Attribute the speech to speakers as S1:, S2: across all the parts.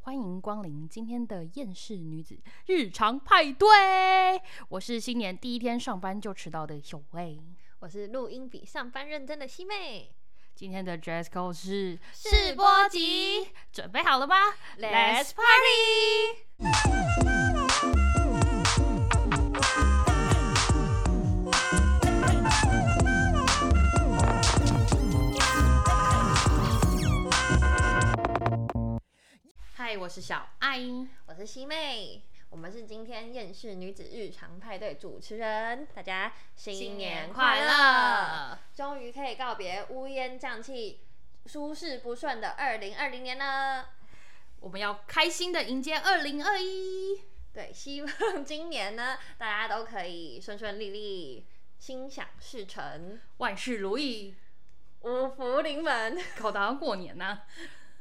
S1: 欢迎光临今天的厌世女子日常派对。我是新年第一天上班就迟到的小魏。
S2: 我是录音比上班认真的西妹。
S1: 今天的 dress code 是
S2: 试播集，
S1: 准备好了吗
S2: Let's
S1: party！嗨，我是小爱。
S2: 我是西妹，我们是今天厌世女子日常派对主持人，大家新年快乐！！终于可以告别乌烟瘴气、诸事不顺的二零二零年了。
S1: 我们要开心的迎接二零二一。
S2: 对，希望今年呢，大家都可以顺顺利利，心想事成，
S1: 万事如意，
S2: 五福临门。
S1: 口达过年呢、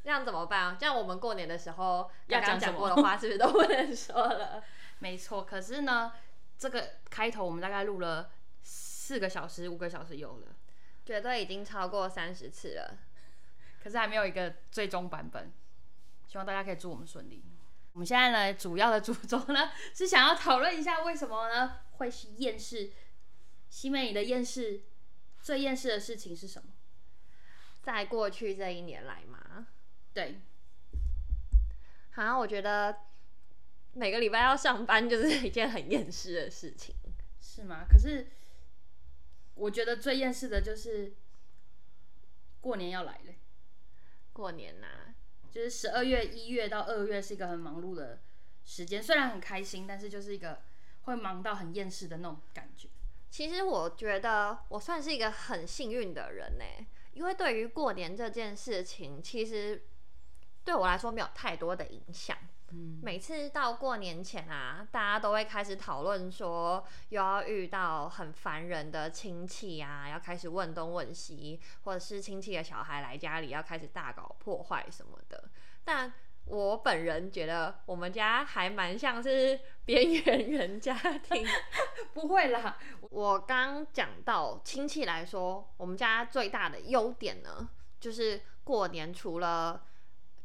S2: 这样怎么办？这样我们过年的时候
S1: 要
S2: 刚
S1: 讲
S2: 刚
S1: 什
S2: 讲
S1: 么
S2: 过的话，是不是都不能说了？
S1: 没错，可是呢，这个开头我们大概录了四个小时、五个小时有了，
S2: 绝对已经超过三十次了。
S1: 可是还没有一个最终版本。希望大家可以祝我们顺利。我们现在呢，主要的主轴呢 是想要讨论一下为什么呢会是厌世。西妹，你的厌世最厌世的事情是什么？
S2: 在过去这一年来嘛，
S1: 对，
S2: 好像我觉得每个礼拜要上班就是一件很厌世的事情。
S1: 是吗？可是我觉得最厌世的就是过年要来了。
S2: 过年呐、
S1: 就是十二月、一月到二月是一个很忙碌的时间，虽然很开心，但是就是一个会忙到很厌世的那种感觉。
S2: 其实我觉得我算是一个很幸运的人呢、因为对于过年这件事情，其实对我来说没有太多的影响。
S1: 嗯，
S2: 每次到过年前啊，大家都会开始讨论说，又要遇到很烦人的亲戚啊，要开始问东问西，或者是亲戚的小孩来家里要开始大搞破坏什么的。但我本人觉得我们家还蛮像是边缘人家庭。
S1: 不会 啦，
S2: 我刚讲到亲戚来说，我们家最大的优点呢，就是过年除了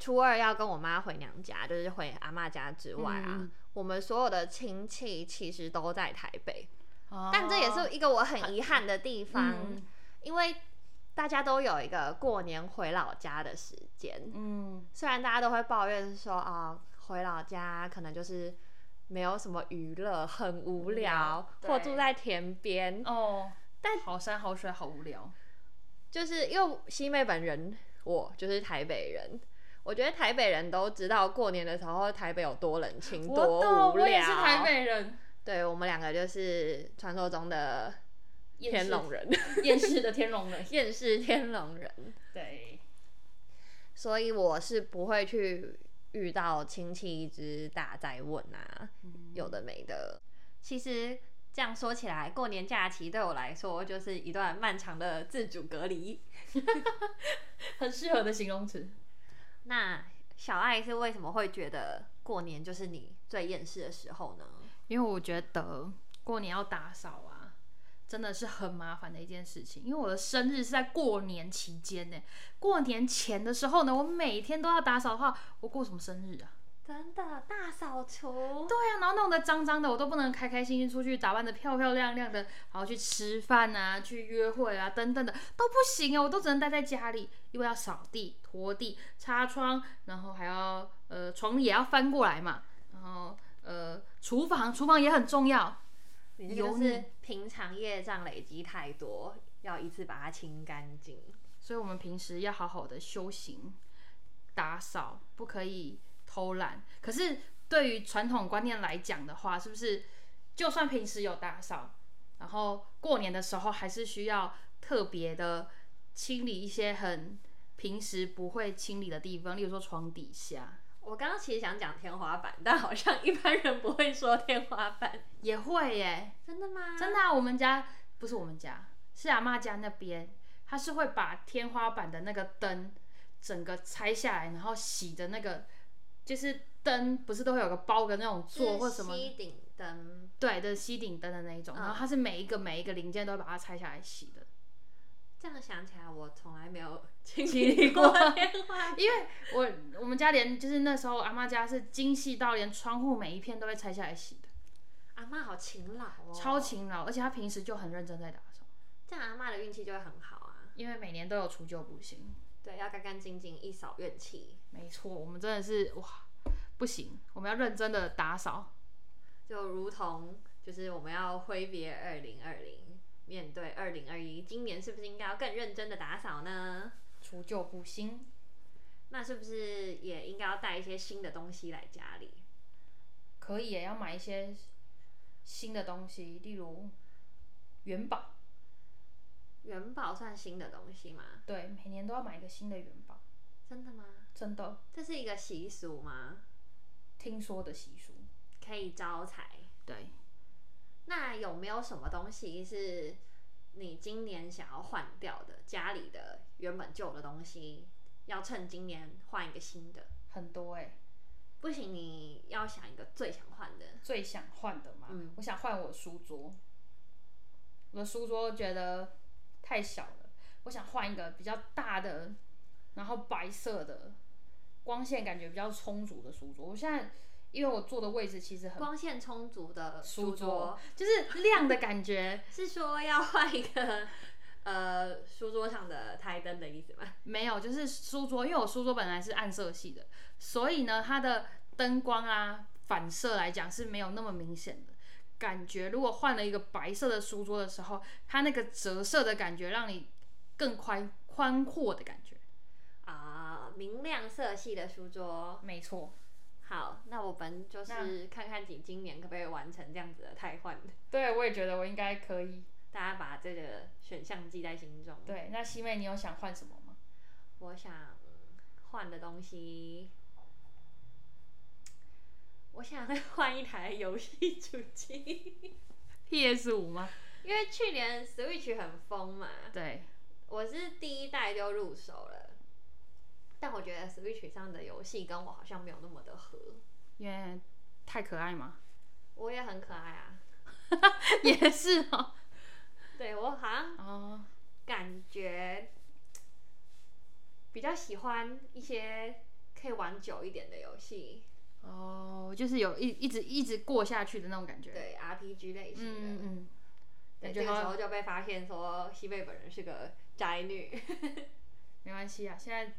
S2: 初二要跟我妈回娘家，就是回阿嬷家之外啊，
S1: 嗯
S2: 我们所有的亲戚其实都在台北，但这也
S1: 哦
S2: 是一个我很遗憾的地方，
S1: 嗯
S2: 因为大家都有一个过年回老家的时间，
S1: 嗯，
S2: 虽然大家都会抱怨说啊、回老家可能就是没有什么娱乐，很
S1: 无
S2: 无聊，
S1: 聊对
S2: 或住在田边，
S1: 哦，
S2: 但
S1: 好山好水好无聊，
S2: 就是因为西妹本人，我就是台北人。我觉得台北人都知道过年的时候台北有多冷清、多
S1: 我懂，
S2: 无聊。
S1: 我也是台北人，
S2: 对我们两个就是传说中的
S1: 厌
S2: 天
S1: 世
S2: 龙，人，
S1: 厌世的天龙 人，
S2: 厌世天龙人。
S1: 对，
S2: 所以我是不会去遇到亲戚一直大在问啊，有的没的。其实这样说起来，过年假期对我来说就是一段漫长的自主隔离。
S1: 很适合的形容词。
S2: 那小爱是为什么会觉得过年就是你最厌世的时候呢？
S1: 因为我觉得过年要打扫啊，真的是很麻烦的一件事情。因为我的生日是在过年期间呢，过年前的时候呢，我每天都要打扫的话，我过什么生日啊？
S2: 真的大扫除，
S1: 对啊，然后弄得脏脏的，我都不能开开心心出去，打扮得漂漂亮亮的，然后去吃饭啊，去约会啊，等等的都不行啊，我都只能待在家里，因为要扫地、拖地、擦窗，然后还要呃床也要翻过来嘛，然后呃厨房厨房也很重要，
S2: 你这个
S1: 油
S2: 是
S1: 腻
S2: 平常业障累积太多，要一次把它清干净。
S1: 所以我们平时要好好的修行、打扫，不可以偷懒。可是对于传统观念来讲的话，是不是就算平时有打扫，然后过年的时候还是需要特别的清理一些很平时不会清理的地方，例如说床底下
S2: 我刚刚其实想讲天花板，但好像一般人不会说天花板。
S1: 也会耶，
S2: 真的吗？
S1: 真的啊、我们家不是我们家，是阿妈家那边，他是会把天花板的那个灯整个拆下来，然后洗的那个就是灯，不是都会有个包的那种座或什么，
S2: 吸顶灯，
S1: 对的吸顶灯的那一种，
S2: 嗯
S1: 然后它是每一个每一个零件都会把它拆下来洗的，
S2: 这样想起来，我从来没 有经
S1: 经
S2: 历
S1: 历
S2: 过
S1: 过
S2: 电话
S1: 因为我我们家连就是那时候阿妈家是精细到连窗户每一片都会拆下来洗的，
S2: 阿妈好勤劳哦，
S1: 超。勤劳，而且她平时就很认真在打扫，
S2: 这样阿妈的运气就会很好啊。
S1: 因为每年都有除旧布新。
S2: 对，要干干净净，一扫怨气。
S1: 没错，我们真的是哇，不行，我们要认真的打扫。
S2: 就如同就是我们要挥别二零二零，面对二零二一，今年是不是应该要更认真的打扫呢？
S1: 除旧布新，
S2: 那是不是也应该要带一些新的东西来家里？
S1: 可以啊也要买一些新的东西，例如元宝，
S2: 元宝算新的东西吗？
S1: 对，每年都要买一个新的元宝，
S2: 真的吗？
S1: 真的
S2: 这是一个习俗吗？
S1: 听说的习俗。
S2: 可以招财。
S1: 对，
S2: 那有没有什么东西是你今年想要换掉的？家里的原本旧的东西，要趁今年换一个新的。
S1: 很多哎、
S2: 不行，你要想一个最想换的。
S1: 最想换的嘛，
S2: 嗯
S1: 我想换我的书桌，我的书桌觉得太小了，我想换一个比较大的，然后白色的，光线感觉比较充足的书桌。我现在因为我坐的位置其实很
S2: 光线充足的
S1: 书
S2: 书
S1: 桌
S2: 桌，，
S1: 就是亮的感觉，
S2: 是说要换一个呃书桌上的台灯的意思吗？
S1: 没有，就是书桌，因为我书桌本来是暗色系的，所以呢，它的灯光啊反射来讲是没有那么明显的。感觉如果换了一个白色的书桌的时候，它那个折射的感觉让你更宽宽阔的感觉。
S2: 啊、明亮色系的书桌。
S1: 没错，
S2: 好，那我们就是看看你今年可不可以完成这样子的汰换，
S1: 对我也觉得我应该可以。
S2: 大家把这个选项记在心中。
S1: 对，那西妹，你有想换什么吗？
S2: 我想嗯换的东西，我想再换一台游戏主机，
S1: ？PS 五吗？
S2: 因为去年 Switch 很疯嘛。
S1: 对，
S2: 我是第一代就入手了，但我觉得 Switch 上的游戏跟我好像没有那么的合。
S1: 因为太可爱嘛。
S2: 我也很可爱啊，
S1: 也是哦。
S2: 对我好像
S1: 哦，
S2: 感觉比较喜欢一些可以玩久一点的游戏，
S1: 哦，就是有一一直一直过下去的那种感觉。
S2: 对 RPG 类型
S1: 嗯嗯
S2: 的。
S1: 嗯，
S2: 对，
S1: 感
S2: 这
S1: 觉
S2: 个
S1: 好
S2: 时
S1: 像
S2: 候就被发现说西贝本人是个宅女，
S1: 没关系啊，现在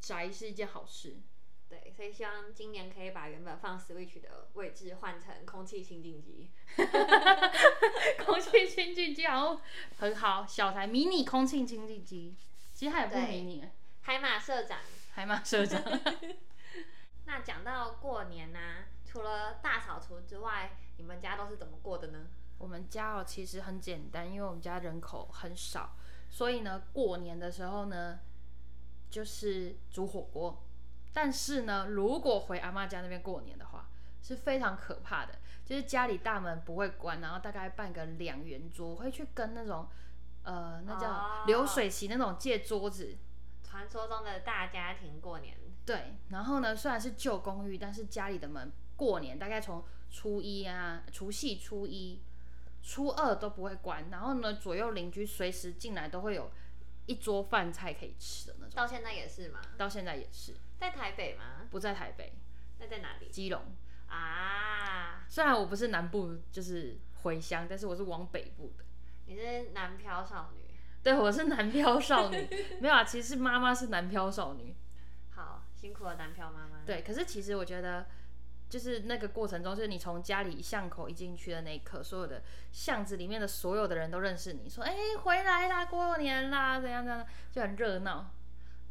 S1: 宅是一件好事。
S2: 对，所以希望今年可以把原本放 Switch 的位置换成空气清净机。
S1: 空气清净机好像很好，小台迷你空气清净机，其实它也不
S2: 对
S1: 迷你，
S2: 海马社长
S1: 海马社长。
S2: 那讲到过年呐、除了大扫除之外，你们家都是怎么过的呢？
S1: 我们家哦其实很简单，因为我们家人口很少，所以呢过年的时候呢就是煮火锅。但是呢，如果回阿妈家那边过年的话，是非常可怕的，就是家里大门不会关，然后大概办个两圆桌，我会去跟那种呃那
S2: 哦
S1: 叫流水席那种借桌子。
S2: 传说中的大家庭过年，
S1: 对，然后呢，虽然是旧公寓，但是家里的门过年大概从初一啊、除夕、初一、初二都不会关，然后呢，左右邻居随时进来都会有一桌饭菜可以吃的那种。
S2: 到现在也是吗？
S1: 到现在也是，
S2: 在台北吗？
S1: 不在台北，
S2: 那在哪里
S1: 基隆。
S2: 啊？
S1: 虽然我不是南部，就是回乡，但是我是往北部的。
S2: 你是南漂少女。
S1: 对，我是南 漂少女，没有啊，其实妈妈是南漂少女。
S2: 好辛苦了，南漂妈妈。，
S1: 对，可是其实我觉得，就是那个过程中，就是你从家里巷口一进去的那一刻，所有的巷子里面的所有的人都认识你，说：“哎、回来啦，过年啦，怎样怎样，就很热闹。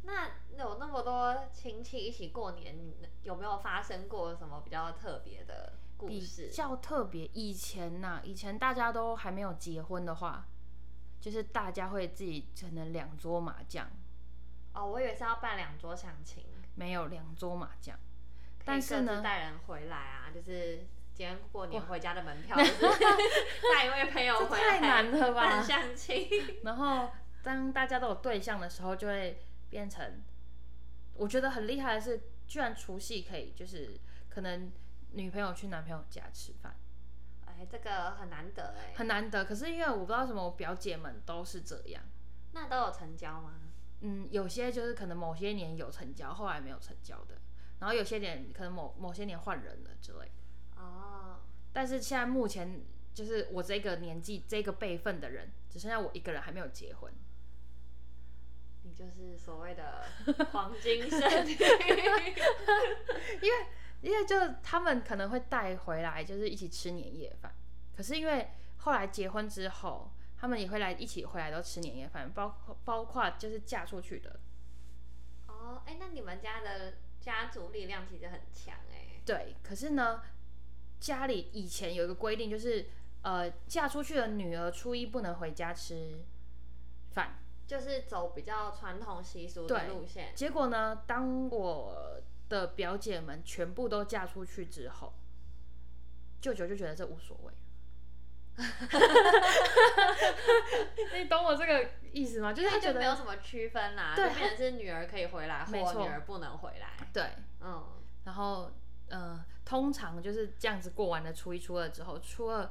S2: 那有那么多亲戚一起过年，你们有没有发生过什么比较特别的”故
S1: 比
S2: 事？
S1: 较特别，以前呐、以前大家都还没有结婚的话，就是大家会自己可能两桌麻将，
S2: 哦，我以为是要办两桌相亲，
S1: 没有两桌麻将，
S2: 可以
S1: 但是呢
S2: 各自带人回来啊，就是今天过年回家的门 票，就是带一位朋友
S1: 这
S2: 回来，
S1: 太难了吧？
S2: 办相亲。
S1: 然后当大家都有对象的时候，就会变成，我觉得很厉害的是，居然除夕可以就是可能女朋友去男朋友家吃饭，
S2: 哎，这个很难得哎。
S1: 很难得。可是因为我不知道为什么，我表姐们都是这样，
S2: 那都有成交吗？
S1: 嗯，有些就是可能某些年有成交，后来没有成交的，然后有些年可能某某些年换人了之类的。
S2: 哦，
S1: 但是现在目前就是我这个年纪、这个辈分的人，只剩下我一个人还没有结婚。
S2: 你就是所谓的 黄金圣女。
S1: 因为就他们可能会带回来，就是一起吃年夜饭。可是因为后来结婚之后，他们也会来一起回来都吃年夜饭，包括包括就是嫁出去的，
S2: 哦，哎、那你们家的家族力量其实很强哎、
S1: 对。可是呢，家里以前有一个规定，就是呃，嫁出去的女儿初一不能回家吃饭。
S2: 就是走比较传统习俗的
S1: 对
S2: 路线。
S1: 结果呢，当我的表姐们全部都嫁出去之后，舅舅就觉得这无所谓。 你懂我这个意思吗？就是他
S2: 他
S1: 觉
S2: 就
S1: 得
S2: 没有什么区分啦，
S1: 对
S2: 就变成是女儿可以回来，
S1: 没
S2: 或
S1: 错
S2: 女儿不能回来。
S1: 对，
S2: 嗯，
S1: 然后呃，通常就是这样子过完了初一、初二之后，初二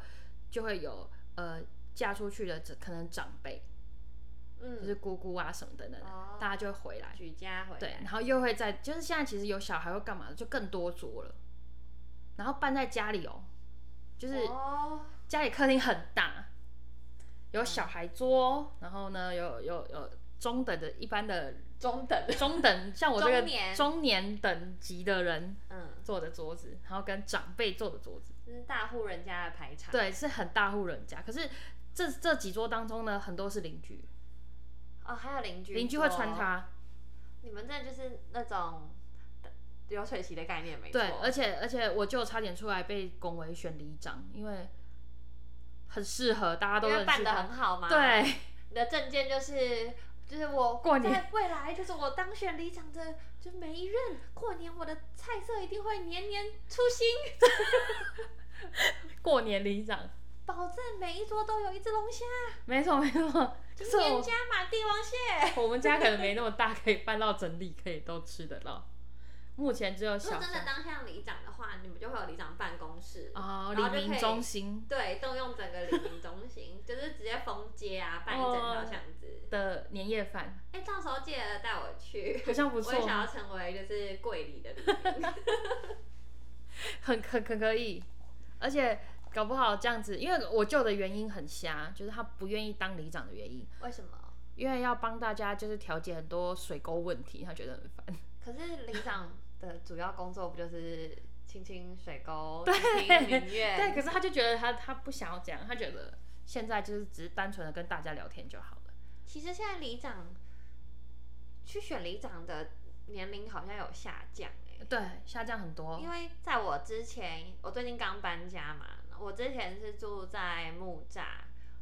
S1: 就会有呃嫁出去的可能长辈，
S2: 嗯
S1: 就是姑姑啊什么等等的，
S2: 哦
S1: 大家就会回来。
S2: 举家回
S1: 对，
S2: 来。
S1: 然后又会在，就是现在其实有小孩会干嘛的，就更多桌了，然后办在家里哦，就是
S2: 哦，嗯
S1: 家里客厅很大，有小孩桌，然后呢有有有中等的一般的
S2: 中等。
S1: 中等，像我这个
S2: 中年
S1: 中年等级的人
S2: 嗯，
S1: 坐的桌子，然后跟长辈坐的桌子，
S2: 这是大户人家的排场。，
S1: 对，是很大户人家，可是这这几桌当中呢，很多是邻居，
S2: 哦，还有邻居，
S1: 邻居会
S2: 哦
S1: 穿。插，
S2: 你们这就是那种流水席的概念，没错。
S1: 对，而且而且我就差点出来被龚维选里长，因为很适合，大家都
S2: 因
S1: 认
S2: 为
S1: 识
S2: 办的
S1: 他
S2: 很好啊嘛。，
S1: 对，
S2: 你的证件就是就是我
S1: 过年
S2: 在未来就是我当选里长的，就每一任过年我的菜色一定会年年出新，
S1: 过年里长，
S2: 保证每一桌都有一只龙虾，
S1: 没错没错。可是哦
S2: 今年
S1: 我
S2: 加码帝王蟹。
S1: 我们家可能没那么大，可以办到整理，可以都吃得到。目前只有
S2: 如果
S1: 小
S2: 真的
S1: 三
S2: 当上里长的话，你们就会有里长办公室
S1: 哦，
S2: 然后就可
S1: 李
S2: 以
S1: 明中心
S2: 对，动用整个里民中心，就是直接封街啊，办一整条巷子。
S1: 的年夜饭
S2: 哎、到时候记得带我去，
S1: 好像不
S2: 我
S1: 错
S2: 也，想要成为就是柜里的里民。
S1: 很很很可以，而且搞不好这样子，因为我舅的原因很瞎，就是他不愿意当里长的原因，
S2: 为什么？
S1: 因为要帮大家就是调解很多水沟问题，他觉得很烦。
S2: 可是里长的主要工作不就是清清水沟、听听民乐？
S1: 对，可是他就觉得他他不想要这样，他觉得现在就是只是单纯的跟大家聊天就好了。
S2: 其实现在里长去选里长的年龄好像有下降哎、
S1: 对，下降很多
S2: 因。为在我之前，我最近刚搬家嘛，我之前是住在木栅，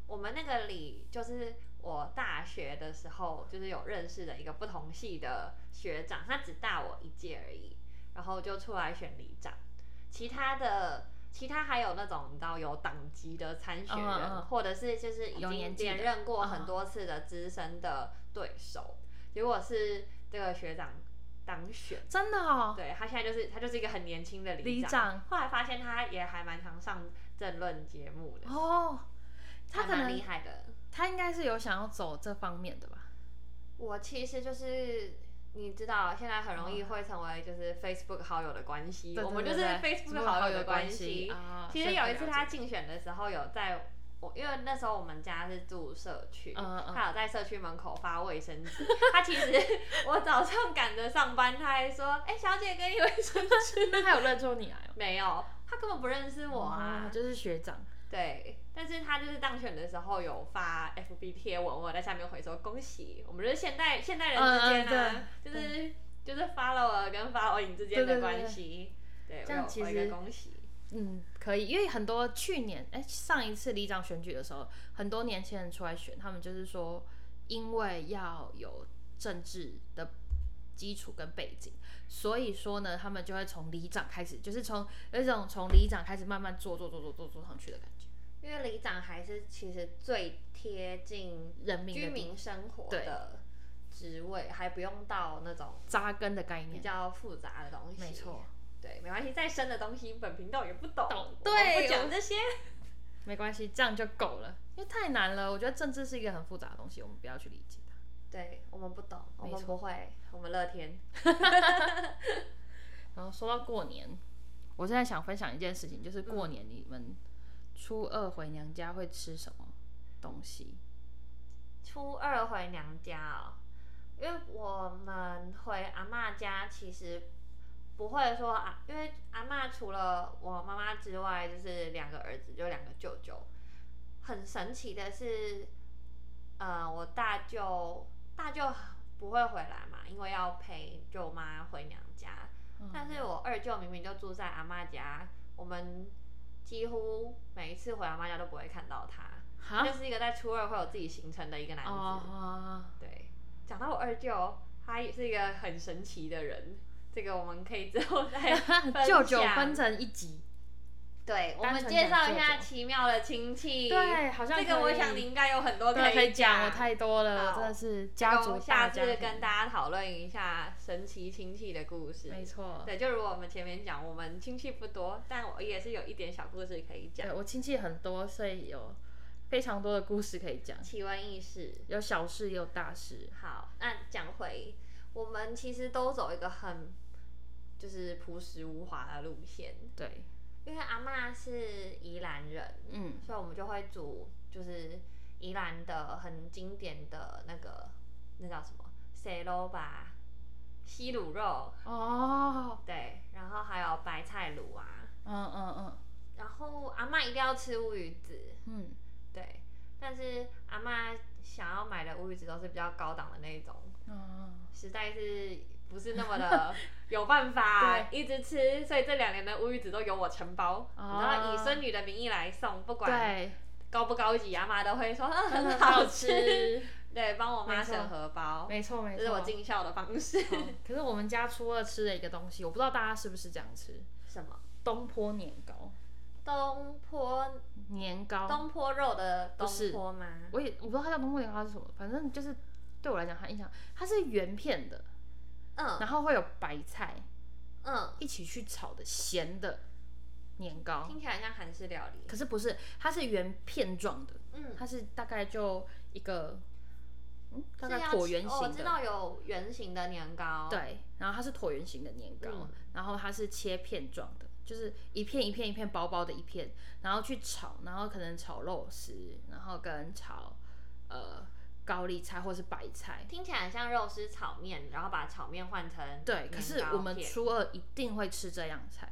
S2: 我们那个里就是我大学的时候就是有认识的一个不同系的学长，他只大我一届而已，然后就出来选里长，其他的。其他还有那种你知道有党籍的参选人
S1: 嗯嗯嗯
S2: 或者是就是已
S1: 有年
S2: 经
S1: 纪的
S2: 连任过很
S1: 嗯
S2: 多次的资深的对手，结果是这个学长当选，
S1: 真的哦，
S2: 对他现在就是他就是一个很年轻的里
S1: 里长
S2: 后来发现他也还蛮常上政论节目的，
S1: 哦，他
S2: 还
S1: 可
S2: 蛮
S1: 能
S2: 厉害的。
S1: 他应该是有想要走这方面的吧？
S2: 我其实就是你知道，现在很容易会成为就是 Facebook 好友的关系，
S1: 对
S2: 我们就
S1: 对
S2: 是
S1: 对对
S2: Facebook
S1: 好
S2: 好
S1: 友的
S2: 友的
S1: 关
S2: 关
S1: 系
S2: 系。
S1: 啊
S2: 其实
S1: 所以
S2: 有一
S1: 了
S2: 次
S1: 解
S2: 他竞选的时候，有在我因为那时候我们家是住社区，
S1: 嗯嗯嗯
S2: 他有在社区门口发卫生纸。他其实我早上赶着上班，他还说：“哎、小姐，给你卫生纸。”
S1: 那 他有认出你来 哦？
S2: 没有，他根本不认识我啊。
S1: 哦就是学长，
S2: 对，但是他就是当选的时候有发 FB 贴文，我有在下面回说恭喜，我们就是现代现代人之间
S1: 嗯
S2: 啊，就是就是 follower 跟 following 之间
S1: 对对对
S2: 的关系，对，
S1: 这样
S2: 我有
S1: 其实
S2: 回个恭喜，
S1: 嗯，可以，因为很多去年哎、上一次里长选举的时候，很多年轻人出来选，他们就是说，因为要有政治的基础跟背景，所以说呢，他们就会从里长开始，就是从有一种从里长开始慢慢做做做做做做上去的感觉，
S2: 因为里长还是其实最贴近
S1: 人民的
S2: 居
S1: 地
S2: 民生活的职位，还不用到那种
S1: 扎根的概
S2: 比
S1: 念，
S2: 较复杂的东西，
S1: 没错，
S2: 对，没关系，再深的东西本频道也不懂，
S1: 懂
S2: 我们
S1: 对
S2: 不讲这些。
S1: 没关系，这样就够了，因为太难了，我觉得政治是一个很复杂的东西，我们不要去理解它。
S2: 对我们不懂，我
S1: 没
S2: 们
S1: 错
S2: 不会，我们乐天。
S1: 然后说到过年，我现在想分享一件事情，
S2: 嗯
S1: 就是过年你们初二回娘家会吃什么东西？
S2: 初二回娘家哦，因为我们回阿嬷家其实不会说啊，因为阿嬷除了我妈妈之外，就是两个儿子，就两个舅舅。很神奇的是，呃，我大舅大舅不会回来嘛，因为要陪舅妈回娘家。但是我二舅明明就住在阿嬷家，我们几乎每一次回阿嬷家都不会看到他。
S1: 哈
S2: 他就是一个在初二会有自己行程的一个男子。
S1: 啊哦，
S2: 对，讲到我二舅，他也是一个很神奇的人，这个我们可以之后再哎分
S1: 哦 舅舅
S2: 享
S1: 分。成一集，
S2: 对，我
S1: 单
S2: 们
S1: 纯
S2: 介
S1: 讲
S2: 绍一
S1: 舅
S2: 下
S1: 舅
S2: 奇妙的亲戚。
S1: 对好像
S2: 这个
S1: 可
S2: 我
S1: 以
S2: 想你应该有很多
S1: 对，可
S2: 以
S1: 以讲，
S2: 讲，
S1: 我太多了，
S2: 好
S1: 真的是
S2: 这个
S1: 家
S2: 我
S1: 族
S2: 们下
S1: 大家
S2: 次
S1: 庭
S2: 跟大家讨论一下神奇亲戚的故事。
S1: 没。错。
S2: 对，就如我们前面讲，我们亲戚不多，但我也是有一点小故事可以讲
S1: 对，，我亲戚很多，所以有非常多的故事可以讲，
S2: 奇闻异事。
S1: 有小事也有大事。
S2: 好，那讲回我们其实都走一个很就是朴实无华的路线，
S1: 对，
S2: 因为阿嬷是宜兰人，
S1: 嗯，
S2: 所以我们就会煮就是宜兰的很经典的那个那叫什么 C 肉吧，西卤肉，
S1: 哦，
S2: 对，然后还有白菜卤啊，
S1: 嗯嗯嗯
S2: 然后阿嬷一定要吃乌鱼子，
S1: 嗯，
S2: 对，但是阿嬷想要买的乌鱼子都是比较高档的那一种。
S1: 哦，
S2: 实在是不是那 么的有办法一直吃，所以这两年的乌鱼子都由我承包，
S1: 哦
S2: 然后以孙女的名义来送，不管
S1: 对，
S2: 高不高级，阿妈都会说嗯很
S1: 很
S2: 好
S1: 好
S2: 吃，
S1: 吃
S2: 对，帮我妈
S1: 没错
S2: 省荷包，
S1: 没错没
S2: 这
S1: 错。
S2: 是我尽孝的方式。
S1: 好 可是我们家初二吃的一个东西，我不知道大家是不是这样吃，
S2: 什么
S1: 东坡年糕。
S2: 东坡
S1: 年糕，
S2: 东坡肉的东
S1: 是
S2: 坡吗？
S1: 我也我不知道它叫东坡年糕是什么，反正就是对我来讲，它印象它是圆片的，
S2: 嗯
S1: 然后会有白菜
S2: 嗯，
S1: 一起去炒的咸的年糕，
S2: 听起来像韩式料理。
S1: 可是不是，它是圆片状的，
S2: 嗯，
S1: 它是大概就一个，嗯，大概
S2: 是要
S1: 椭圆
S2: 哦我
S1: 形
S2: 知
S1: 的，
S2: 道有圆形的年糕。，
S1: 对，然后它是椭圆形的年糕，
S2: 嗯
S1: 然后它是切片状的，就是一片一片一片薄薄的一片，然后去炒，然后可能炒肉丝，然后跟炒呃高丽菜或是白菜。
S2: 听起来像肉丝炒面，然后把炒面换成
S1: 对，可是
S2: 年糕
S1: 我们
S2: 片
S1: 初二一定会吃这样菜，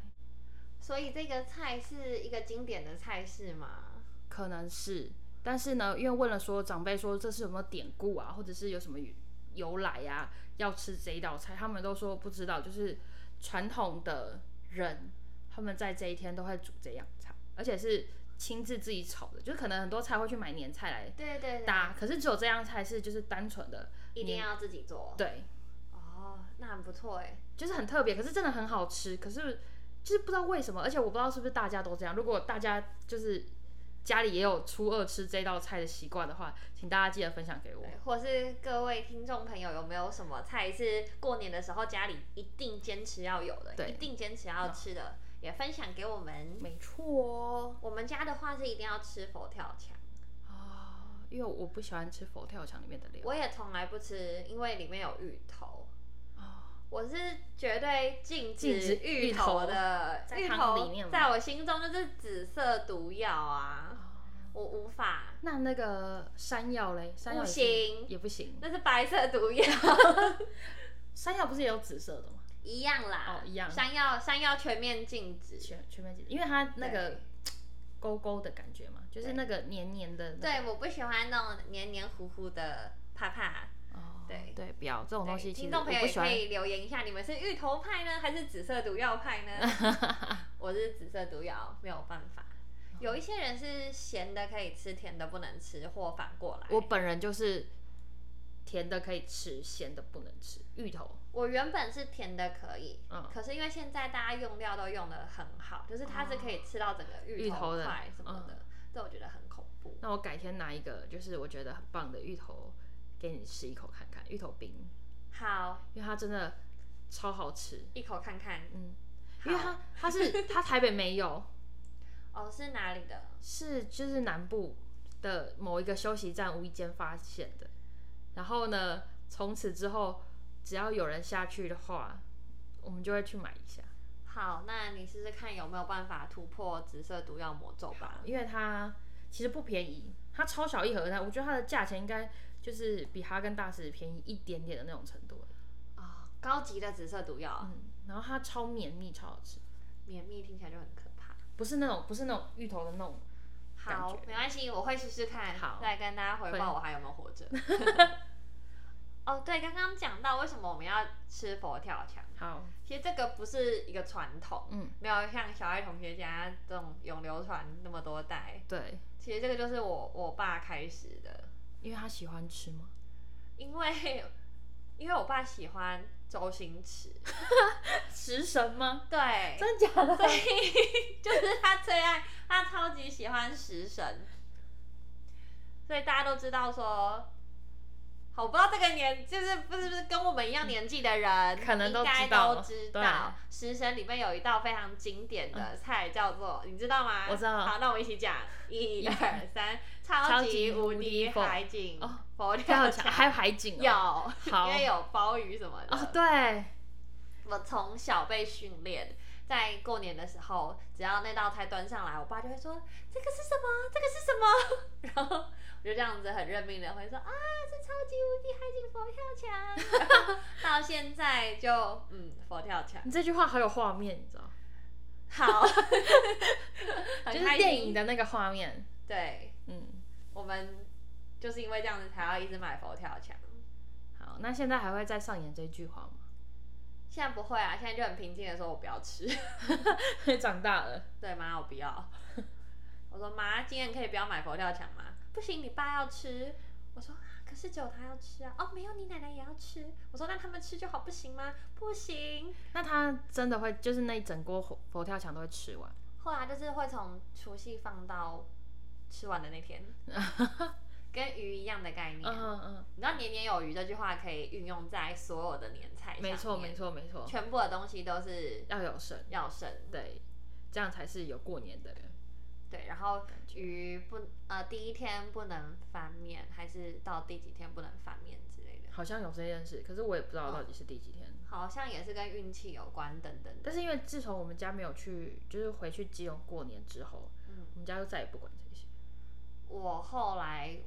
S2: 所以这个菜是一个经典的菜式吗？
S1: 可能是，但是呢，因为问了所有长辈说这是有没有典故啊，或者是有什么由来啊，要吃这一道菜，他们都说不知道，就是传统的人他们在这一天都会煮这样菜，而且是亲自自己炒的，就是可能很多菜会去买年菜来
S2: 对对对，
S1: 搭，可是只有这样菜是就是单纯的，
S2: 一定要自己做。
S1: 对，
S2: 哦，那很不错哎。
S1: 就是很特别，可是真的很好吃，可是就是不知道为什么，而且我不知道是不是大家都这样。如果大家就是家里也有初二吃这道菜的习惯的话，请大家记得分享给我。
S2: 对，啊或是各位听众朋友有没有什么菜是过年的时候家里一定坚持要有的，
S1: 对
S2: 一定坚持要吃的，也分享给我们。
S1: 没错哦
S2: 我们家的话是一定要吃佛跳墙，
S1: 啊，因为我不喜欢吃佛跳墙里面的料
S2: 我也从来不吃，因为里面有芋头。
S1: 啊，
S2: 我是绝对禁止
S1: 禁止
S2: 芋
S1: 芋头
S2: 头的，
S1: 在
S2: 芋
S1: 汤
S2: 头
S1: 里面吗
S2: 在我心中就是紫色毒药啊，
S1: 哦
S2: 我无法，
S1: 那那个山药嘞，山药也
S2: 不
S1: 是
S2: 行
S1: 也不行。
S2: 那是白色毒 药，
S1: 山药不是也有紫色的吗？
S2: 一样啦，
S1: 哦一样
S2: 山药山药全面禁止，
S1: 全全面记得，因为它那个勾勾的感觉嘛，就是那个黏黏的、那
S2: 对，
S1: 个。
S2: 我不喜欢那种黏黏糊糊的怕怕。
S1: 哦
S2: 对
S1: 对，不要这种东西，其
S2: 听
S1: 实我
S2: 众朋友
S1: 不
S2: 也
S1: 喜
S2: 可
S1: 欢。
S2: 以留言一下，你们是芋头派呢，还是紫色毒药 派呢？我是紫色毒药，没有办法。有一些人是咸的可以吃，甜的不能吃，或反过来。
S1: 我本人就是甜的可以吃，咸的不能吃。芋头，
S2: 我原本是甜的可以，
S1: 嗯
S2: 可是因为现在大家用料都用的很好，就是它是可以吃到整个芋
S1: 芋头的嗯
S2: 块什么的，这我觉得很恐怖。
S1: 那我改天拿一个就是我觉得很棒的芋头给你吃一口看看，芋头冰，
S2: 好，
S1: 因为它真的超好吃。
S2: 一口看看，
S1: 嗯，因为它它是它台北没有，
S2: 哦，是哪里的？
S1: 是就是南部的某一个休息站无意间发现的。然后呢，从此之后，只要有人下去的话，我们就会去买一下，
S2: 好，那你试试看有没有办法突破紫色毒药魔咒吧。
S1: 因为它其实不便宜，它超小一盒的，我觉得它的价钱应该就是比哈根达斯便宜一点点的那种程度。
S2: 啊、高级的紫色毒药，
S1: 嗯，然后它超绵密，超好吃，
S2: 绵密听起来就很可怕。
S1: 不是那种不是那种芋头的那种。感
S2: 好，没关系，我会试试看，
S1: 好
S2: 再跟大家回报我还有没有活 着。哦，对，刚刚讲到为什么我们要吃佛跳墙，
S1: 好，
S2: 其实这个不是一个传统，
S1: 嗯，
S2: 没有像小爱同学家这种永流传那么多代。
S1: 对，
S2: 其实这个就是我我爸开始的，
S1: 因为他喜欢吃嘛。
S2: 因为因为我爸喜欢周星 驰，
S1: 食神吗？
S2: 对，
S1: 真的假的？
S2: 就是他最爱，他超级喜欢食神，所以大家都知道说，好，我不知道这个年就是不是不是跟我们一样年纪的人，
S1: 可能都
S2: 应该
S1: 知道
S2: 都知
S1: 对
S2: 道，食神里面有一道非常经典的菜叫做，你知道吗？
S1: 嗯我知道
S2: 好，那我们一起讲，一二三，超级
S1: 级
S2: 无
S1: 无
S2: 敌
S1: 敌
S2: 海景
S1: 哦
S2: 佛
S1: 还
S2: 跳
S1: 有
S2: 墙，
S1: 还有海景、哦，
S2: 有，
S1: 好
S2: 因为有鲍鱼什么的，
S1: 哦，对，
S2: 我从小被训练，在过年的时候，只要那道菜端上来，我爸就会说这个是什么，这个是什么， 然后我就这样子很认命的会说啊，是超级无敌海景佛跳墙。 然后到现在就嗯，佛跳墙
S1: 你这句话好有画面，你知道，
S2: 好，
S1: 就
S2: 很
S1: 是
S2: 开心
S1: 电影的那个画面，
S2: 对，
S1: 嗯，
S2: 我们就是因为这样子才要一直买佛跳墙。
S1: 好，那现在还会再上演这句话吗？
S2: 现在不会啊，现在就很平静的说，我不要吃。
S1: 长大了，
S2: 对妈，我不要。 我说妈，今天可以不要买佛跳墙吗？不行，你爸要吃。我说啊，可是只有他要吃啊。哦，没有，你奶奶也要吃。我说那他们吃就好，不行吗？不行。
S1: 那他真的会，就是那一整锅佛佛跳墙都会吃完，
S2: 后来就是会从除夕放到吃完的 那天，跟鱼一样的概念。
S1: 嗯嗯嗯，
S2: 你知道“年年有余”这句话可以运用在所有的年菜上
S1: 没错
S2: 面
S1: 没，错没错，
S2: 全部的东西都是
S1: 要有神，
S2: 要剩。
S1: 对，这样才是有过年的人，
S2: 对，然后鱼不呃第一天不能翻面，还是到第几天不能翻面之类的，
S1: 好像有这件事，可是我也不知道到底是第几天。
S2: 好像也是跟运气有关等等的。
S1: 但是因为自从我们家没有去，就是回去基隆过年之后，
S2: 嗯
S1: 我们家就再也不管这些。
S2: 我后来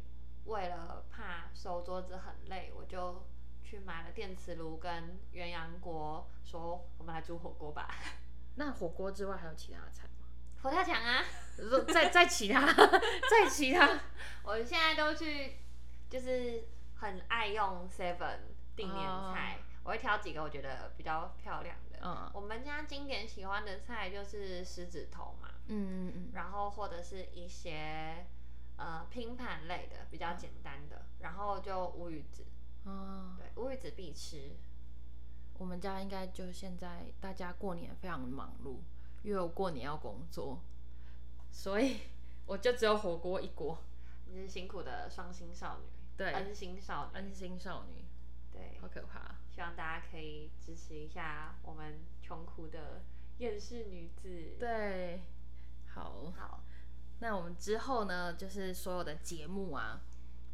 S2: 为了怕收桌子很累，我就去买了电磁炉跟鸳鸯锅，说我们来煮火锅吧，
S1: 那火锅之外还有其他的菜吗？
S2: 佛跳墙啊！
S1: 说再再其他， 再其他
S2: 我现在都去，就是很爱用 Seven 订年菜
S1: 哦
S2: 我会挑几个我觉得比较漂亮的。
S1: 嗯
S2: 我们家经典喜欢的菜就是狮子头嘛，
S1: 嗯嗯嗯，
S2: 然后或者是一些呃拼盘类的比较简单的，然后就乌鱼子，
S1: 哦，
S2: 对，乌鱼子必吃。
S1: 我们家应该就现在大家过年非常忙碌，因为我过年要工作，所以我就只有火锅一锅。
S2: 你是辛苦的双星少女，
S1: 对
S2: 恩星少女，
S1: 恩心少女，
S2: 对，
S1: 好可怕。
S2: 希望大家可以支持一下我们穷苦的厌世女子。，
S1: 对，好，
S2: 好，
S1: 那我们之后呢，就是所有的节目啊，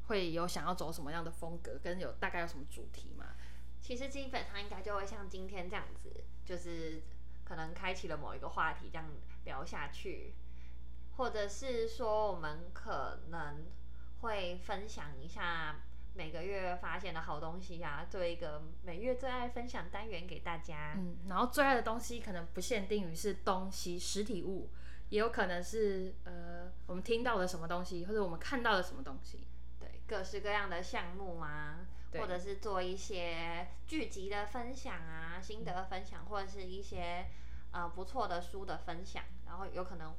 S1: 会有想要走什么样的风格，跟有大概有什么主题吗？
S2: 其实基本上应该就会像今天这样子，就是可能开启了某一个话题，这样聊下去，或者是说我们可能会分享一下每个月发现的好东西呀、做一个每月最爱分享单元给大家。
S1: 嗯，然后最爱的东西可能不限定于是东西实体物，也有可能是呃我们听到的什么东西，或者我们看到的什么东西。
S2: 对，各式各样的项目啊，
S1: 对
S2: 或者是做一些剧集的分享啊、心得分享，或者是一些呃不错的书的分享，然后有可能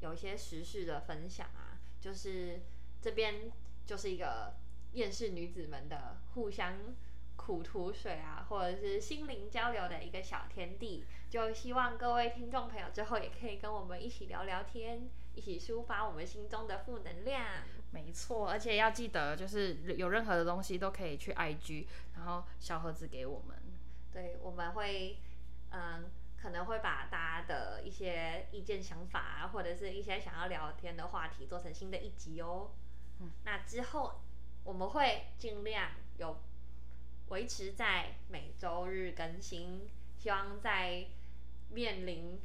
S2: 有一些时事的分享啊，就是这边就是一个厌世女子们的互相。苦吐水啊，或者是心灵交流的一个小天地，就希望各位听众朋友之后也可以跟我们一起聊聊天，一起抒发我们心中的负能量。
S1: 没错，而且要记得，就是有任何的东西都可以去 IG，然后小盒子给我们。
S2: 对，我们会，嗯，可能会把大家的一些意见、想法啊，或者是一些想要聊天的话题，做成新的一集哦。嗯，那之后我们会尽量有维持在每周日更新，希望在面临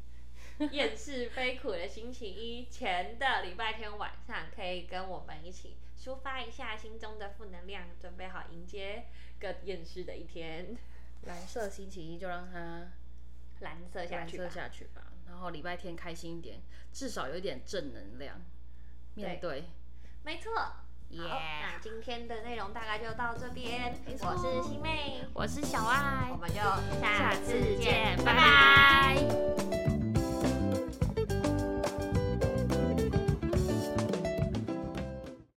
S2: 厌世悲苦的星期一前的礼拜天晚上，可以跟我们一起抒发一下心中的负能量，准备好迎接个厌世的一天。
S1: 蓝色星期一就让它
S2: 蓝色下
S1: 蓝
S2: 去
S1: 色
S2: 吧，
S1: 下去吧，然后礼拜天开心一点，至少有一点正能量面对。
S2: 没错。好，那今天的内容大概就到这边。
S1: 错
S2: 我是西妹，
S1: 我是小爱
S2: 我们就